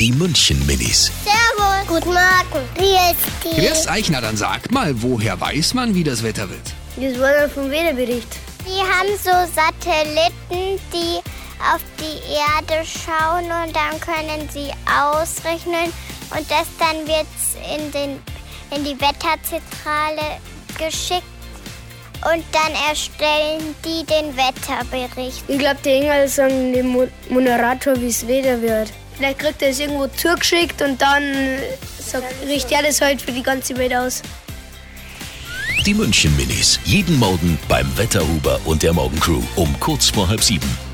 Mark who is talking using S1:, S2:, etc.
S1: Die München Minis.
S2: Servus. Guten Morgen. Wie ist die?
S3: Chris Eichner, dann sag mal, woher weiß man, wie das Wetter wird?
S4: Das war dann vom Wetterbericht.
S2: Die haben so Satelliten, die auf die Erde schauen und dann können sie ausrechnen und das dann wird in, den, in die Wetterzentrale geschickt und dann erstellen die den Wetterbericht.
S4: Ich glaube, die Engel sagen dem Mo- Moderator, wie es Wetter wird. Vielleicht kriegt er es irgendwo zugeschickt und dann sagt, richtet er das halt für die ganze Welt aus.
S1: Die München Minis. Jeden Morgen beim Wetterhuber und der Morgencrew um kurz vor halb sieben.